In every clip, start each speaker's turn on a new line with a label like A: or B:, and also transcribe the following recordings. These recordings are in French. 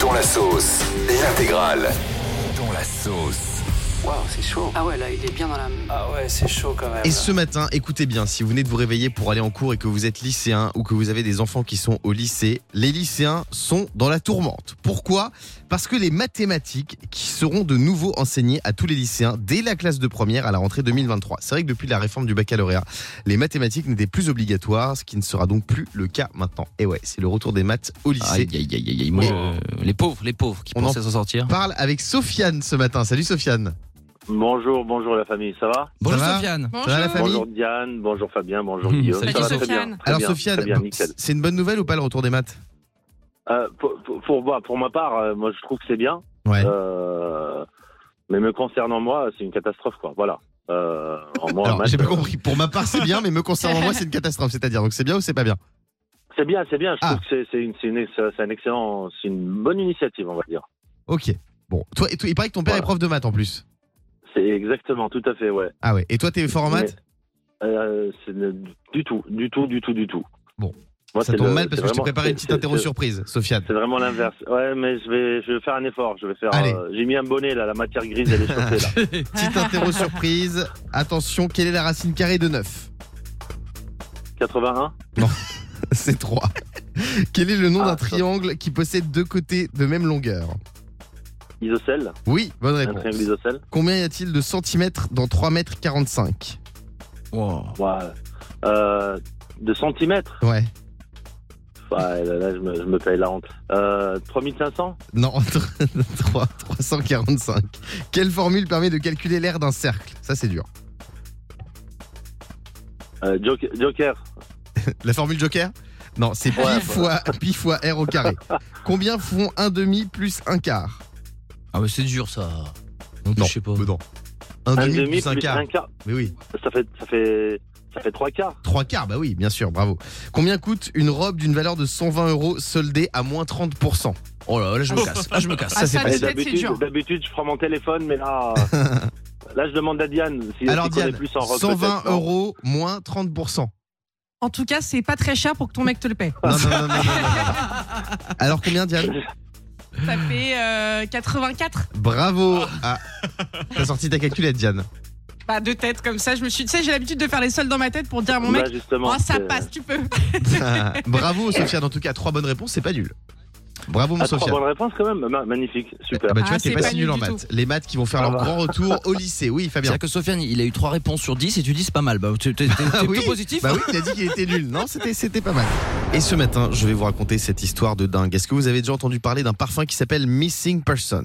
A: Dans la sauce, l'intégrale.
B: Dans la sauce.
C: Waouh, c'est chaud.
D: Ah ouais, là, il est bien dans la.
C: Ah ouais, c'est chaud quand même.
E: Et ce matin, écoutez bien, si vous venez de vous réveiller pour aller en cours et que vous êtes lycéen ou que vous avez des enfants qui sont au lycée, les lycéens sont dans la tourmente. Pourquoi Parce que les mathématiques qui seront de nouveau enseignées à tous les lycéens dès la classe de première à la rentrée 2023. C'est vrai que depuis la réforme du baccalauréat, les mathématiques n'étaient plus obligatoires, ce qui ne sera donc plus le cas maintenant. Et ouais, c'est le retour des maths au lycée.
F: Aïe, aïe, aïe, aïe, aïe. Moi, je- les pauvres, les pauvres qui
E: On en-
F: pensaient s'en sortir.
E: On parle avec Sofiane ce matin. Salut Sofiane.
G: Bonjour, bonjour la famille, ça va
F: Bonjour
E: va
F: Sofiane.
E: Ça va la famille
G: Bonjour Diane, bonjour Fabien, bonjour
F: Hmm,
G: Guillaume.
F: salut.
G: Ça va
D: Salut
G: très bien.
D: Sofiane.
G: très
E: Alors
G: bien,
E: Sofiane,
G: très bien, nickel.
E: c'est une bonne nouvelle ou pas le retour des maths
G: Euh, pour, pour- pour moi, pour ma part, euh, moi je trouve que c'est bien.
E: Ouais.
G: Euh, mais me concernant moi, c'est une catastrophe quoi. Voilà. Euh, en moi, en
E: Alors,
G: maths,
E: j'ai pas
G: euh,
E: compris. Pour ma part, c'est bien, mais me concernant moi, c'est une catastrophe. C'est-à-dire, donc c'est bien ou c'est pas bien
G: C'est bien, c'est bien. Je
E: Ah.
G: trouve que c'est- c'est une, c'est une- c'est- c'est un excellent, c'est une bonne initiative, on va dire.
E: Ok. Bon, toi, et toi- il paraît que ton père
G: Voilà.
E: est prof de maths en plus.
G: C'est exactement, tout à fait, ouais.
E: Ah ouais. Et toi, t'es fort en maths
G: Mais, euh, c'est ne- du tout, du tout, du tout, du tout.
E: Bon.
G: Moi,
E: Ça
G: c'est
E: tombe
G: le-
E: mal parce
G: c'est
E: que je t'ai
G: vraiment-
E: préparé une
G: c'est-
E: petite
G: c'est-
E: interro
G: c'est-
E: surprise, Sofiane.
G: C'est vraiment l'inverse. Ouais, mais je vais, je vais faire un effort. Je vais faire.
E: Allez.
G: euh, J'ai mis un bonnet là, la matière grise elle est chauffée là.
E: Petite interro surprise. Attention, quelle est la racine carrée de 9
G: 81.
E: C'est 3. Quel est le nom
G: Ah,
E: d'un
G: ça.
E: triangle qui possède deux côtés de même longueur
G: Isocèle.
E: Oui, bonne
G: Un
E: réponse.
G: triangle isocèle.
E: Combien y a-t-il de centimètres dans 3 mètres 45
F: Wow.
G: Ouais. Euh, de centimètres.
E: Ouais.
G: Ouais, là, là, je, me, je me paye la honte. Euh, 3500.
E: Non, 3, 345. Quelle formule permet de calculer l'aire d'un cercle Ça, c'est dur.
G: Euh, Joker. Joker.
E: La formule Joker Non, c'est pi,
G: Ouais,
E: fois, pi fois R au carré. Combien font un demi plus un quart
F: Ah, mais c'est dur ça. Non, je sais pas.
E: mais non. Un,
G: Un
E: demi, plus un quart.
G: un quart.
E: Mais oui,
G: Ça fait, ça fait, ça fait trois quarts.
E: trois quarts, bah oui, bien sûr, bravo. Combien coûte une robe d'une valeur de 120 euros soldée à moins 30%
F: Oh là là, je me casse. Là, je me casse.
D: Ah,
E: c'est
D: ça,
E: pas-
G: Eh,
D: peut-être, c'est dur.
G: D'habitude, d'habitude, je prends mon téléphone, mais là, là, je demande à Diane si
E: Alors
G: si connaît
E: Diane,
G: plus en rock,
E: 120
G: peut-être, non
E: euros moins 30%.
D: En tout cas, c'est pas très cher pour que ton mec te le paie.
E: Non, non, non, non, non, non, non. Alors combien Diane
D: Ça fait euh, 84.
E: Bravo Ah, T'as sorti ta calculette Diane.
D: Bah, deux têtes comme ça. Je me suis tu sais, j'ai l'habitude de faire les soldes dans ma tête pour dire à mon
G: Bah,
D: mec.
G: justement,
D: Oh, ça
G: c'est-
D: passe, tu peux.
E: Bravo Sofiane, en tout cas, trois bonnes réponses, c'est pas nul. Bravo mon
G: Ah, trois
E: Sofiane.
G: bonnes réponses quand même, Ma- magnifique, super.
E: Ah bah, tu
D: Ah,
E: vois, t'es
D: c'est
E: pas
D: pas
E: si
D: nul
E: nul en
D: du
E: maths. Les maths qui vont faire
G: Ah
E: leur
G: bah.
E: grand retour au lycée. Oui, Fabien.
F: C'est-à-dire que Sofiane, il a eu 3 réponses sur 10 et tu dis c'est pas mal. Bah, t'es, t'es- t'es
E: oui.
F: plutôt positif.
G: hein.
E: Bah oui, il a dit qu'il était nul. Non, c'était c'était pas mal. Et ce matin, je vais vous raconter cette histoire de dingue. Est-ce que vous avez déjà entendu parler d'un parfum qui s'appelle Missing Person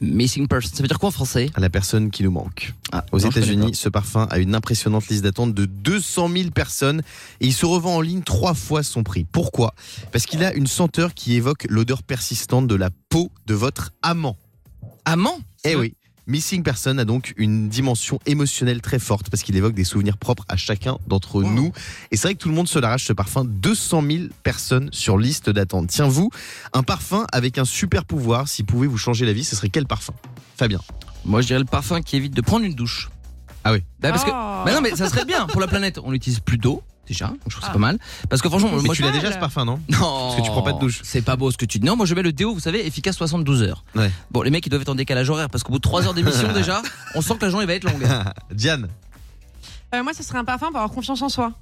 F: Missing person. Ça veut dire quoi en français
E: La personne qui nous manque.
F: Ah,
E: Aux
F: non, je connais
E: États-Unis, ce parfum a une impressionnante liste d'attente de 200 000 personnes et il se revend en ligne trois fois son prix. Pourquoi Parce qu'il a une senteur qui évoque l'odeur persistante de la peau de votre amant.
F: pas. Amant
E: Eh oui. Missing Person a donc une dimension émotionnelle très forte parce qu'il évoque des souvenirs propres à chacun d'entre
F: Wow.
E: nous. Et c'est vrai que tout le monde se l'arrache ce parfum. 200 000 personnes sur liste d'attente. Tiens, vous, un parfum avec un super pouvoir, s'il pouvait vous changer la vie, ce serait quel parfum Fabien.
F: Moi, je dirais le parfum qui évite de prendre une douche.
E: Ah oui.
F: Bah, parce que.
D: Oh.
F: Bah non, mais ça serait bien pour la planète. On n'utilise plus d'eau, déjà. Donc, je
D: Ah.
F: trouve que c'est pas mal. Parce que franchement,
E: Mais
F: moi,
E: tu
F: je-
E: l'as déjà ce parfum, non
F: Non.
E: Parce que tu prends pas de douche.
F: C'est pas beau ce que tu dis. Non, moi je mets le déo, vous savez, efficace 72 heures.
E: Ouais.
F: Bon, les mecs ils doivent être en décalage horaire parce qu'au bout de 3 heures d'émission déjà, on sent que la journée va être longue.
E: Bah Diane.
D: Euh, moi, ce serait un parfum pour avoir confiance en soi.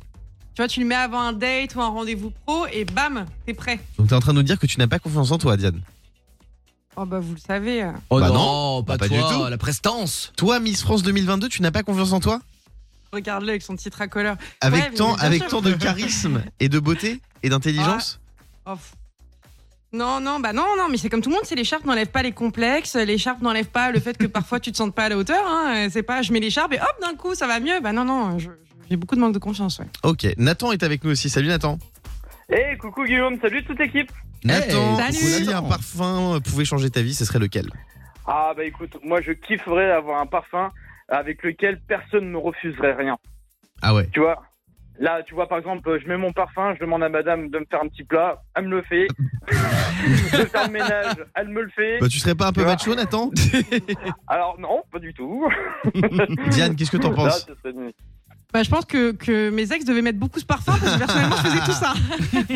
D: Tu vois, tu le mets avant un date ou un rendez-vous pro et bam, t'es prêt.
E: Donc t'es en train de nous dire que tu n'as pas confiance en toi, Diane.
D: Oh, bah, vous le savez. euh.
F: Oh
E: Bah
F: non, pas,
E: bah pas
F: toi,
E: du tout. Eh,
F: la prestance.
E: Toi, Miss France 2022, tu n'as pas confiance en toi
D: Regarde-le avec son petit tracoleur.
E: Avec
D: Ouais, mais
E: tant,
D: bien
E: avec
D: sûr.
E: tant de charisme et de beauté et d'intelligence.
D: Oh, pff. Non, non, bah non, non, mais c'est comme tout le monde, c'est l'écharpe n'enlève pas les complexes, l'écharpe n'enlève pas le fait que parfois tu te sentes pas à la hauteur, hein, euh, c'est pas je mets l'écharpe et hop, d'un coup ça va mieux. Bah non, non, je- je- j'ai beaucoup de manque de confiance, ouais.
E: Ok. Nathan est avec nous aussi. Salut Nathan.
H: Eh, coucou Guillaume, salut toute l'équipe.
E: Nathan,
D: salut.
E: si un
F: Nathan.
E: parfum pouvait changer ta vie, ce serait lequel
H: Ah bah écoute, moi je kifferais avoir un parfum avec lequel personne ne me refuserait rien.
E: Ah ouais.
H: Tu vois Là, tu vois, par exemple, je mets mon parfum, je demande à madame de me faire un petit plat, elle me le fait. je fais le ménage, elle me le fait.
E: Bah, tu serais pas un peu
H: Tu vois
E: macho, Nathan
H: Alors non, pas du tout.
E: Diane, qu'est-ce que t'en
H: Là,
E: penses
H: ce serait mieux.
D: Bah je pense que, que mes ex devaient mettre beaucoup ce parfum parce que personnellement je faisais tout ça.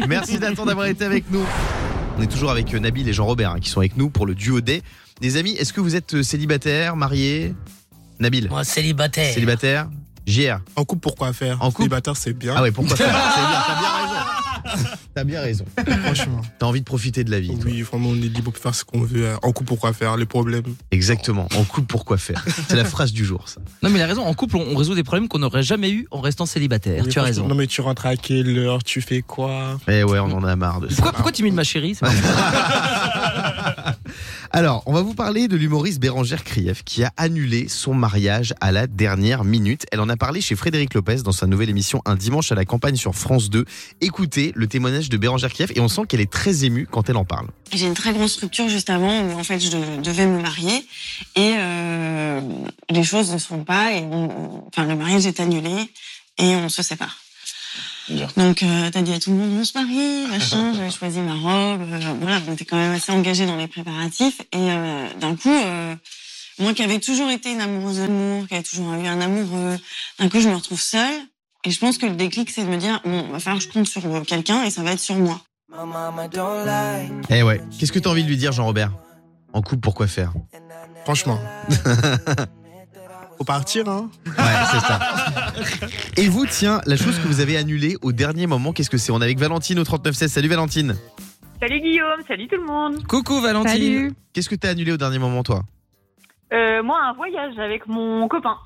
E: Merci Nathan d'avoir été avec nous. On est toujours avec euh, Nabil et Jean-Robert hein, qui sont avec nous pour le duo D. Les amis, est-ce que vous êtes euh, célibataire, marié Nabil
I: Moi, célibataire.
E: Célibataire JR
J: En couple, pourquoi faire
E: En couple
J: Célibataire, c'est bien.
E: Ah ouais, pourquoi faire C'est bien, T'as bien raison. T'as bien raison.
J: Franchement.
E: T'as envie de profiter de la vie. toi.
J: Oui, vraiment, on est libre pour faire ce qu'on veut. euh, En couple, pourquoi faire Les problèmes.
E: Exactement. En couple, pourquoi faire C'est la phrase du jour, ça.
F: Non, mais il a raison. En couple, on, on résout des problèmes qu'on n'aurait jamais eu en restant célibataire.
J: Mais
F: tu as
J: franchement,
F: raison.
J: Non, mais tu rentres à quelle heure Tu fais quoi
E: Eh ouais, on en a marre de ça.
F: Pourquoi, pourquoi tu mets de ma chérie c'est pas vrai.
E: Alors, on va vous parler de l'humoriste Bérangère Krief qui a annulé son mariage à la dernière minute. Elle en a parlé chez Frédéric Lopez dans sa nouvelle émission Un dimanche à la campagne sur France 2. Écoutez le témoignage de Bérangère Krief et on sent qu'elle est très émue quand elle en parle.
K: J'ai une très grosse structure juste avant où en fait je de- devais me marier et euh, les choses ne sont pas et on- enfin le mariage est annulé et on se sépare. Donc euh, t'as dit à tout le monde on se marie machin j'avais choisi ma robe euh, voilà on était quand même assez engagés dans les préparatifs et euh, d'un coup euh, moi qui avais toujours été une amoureuse d'amour qui avait toujours eu un amoureux d'un coup je me retrouve seule et je pense que le déclic c'est de me dire bon va falloir que je compte sur euh, quelqu'un et ça va être sur moi.
E: Eh ouais. Qu'est-ce que t'as envie de lui dire, Jean-Robert En couple, pourquoi faire
J: Franchement. Faut partir, hein
E: Ouais, c'est ça. Et vous, tiens, la chose que vous avez annulée au dernier moment, qu'est-ce que c'est On est avec Valentine au 3916. Salut Valentine.
L: Salut Guillaume, salut tout le monde.
F: Coucou Valentine.
D: Salut.
E: Qu'est-ce que t'as annulé au dernier moment, toi
L: Euh, moi, un voyage avec mon copain,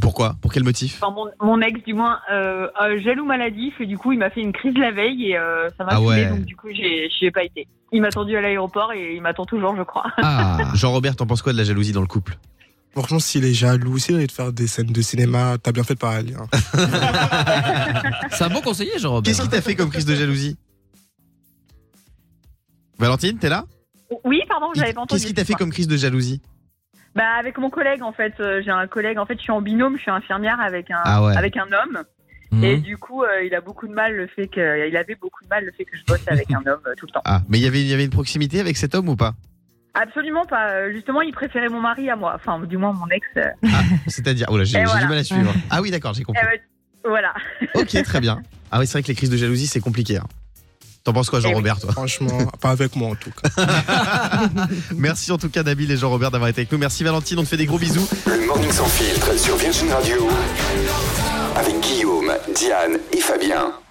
E: Pourquoi Pour quel motif
L: enfin mon, mon ex du moins, euh, euh, jaloux maladif, et du coup, il m'a fait une crise la veille et euh, ça m'a
E: Ah
L: saoulée,
E: ouais.
L: donc du coup, j'ai- j'y ai pas été. Il m'a attendu à l'aéroport et il m'attend toujours, je crois.
F: Ah.
E: Jean-Robert, t'en penses quoi de la jalousie dans le couple
J: Franchement, s'il est jaloux, s'il a envie de faire des scènes de cinéma, t'as bien fait de pas aller. hein.
F: C'est un bon conseiller, Jean-Robert.
E: Qu'est-ce qui t'a fait comme crise de jalousie Valentine, t'es là
L: Oui, pardon, j'avais pas entendu.
E: Qu'est-ce qui t'a fait comme crise de jalousie
L: Bah avec mon collègue en fait, euh, j'ai un collègue, en fait, je suis en binôme, je suis infirmière avec un
E: Ah ouais.
L: avec un homme.
F: Mhm.
L: Et du coup, euh, il a beaucoup de mal le fait que, il avait beaucoup de mal le fait que je bosse avec un homme euh, tout le temps.
E: Ah, mais il y avait- il y avait une proximité avec cet homme ou pas
L: Absolument pas. euh, Justement, il préférait mon mari à moi. Enfin, du moins mon ex. euh.
E: C'est-à-dire, oh là, j'ai
L: Et
E: j'ai
L: voilà.
E: du mal à suivre. Ah oui, d'accord, j'ai
L: Eh
E: compris.
L: ouais, voilà.
E: Ok, très bien. Ah oui, c'est vrai que les crises de jalousie, c'est compliqué. hein. T'en penses
L: Eh
E: quoi, Jean-Robert, toi
J: Franchement, pas avec moi en tout cas.
E: Merci en tout cas, Nabil et Jean-Robert, d'avoir été avec nous. Merci, Valentine, on te fait des gros bisous.
A: Le Morning Sans Filtre sur Virgin Radio avec Guillaume, Diane et Fabien.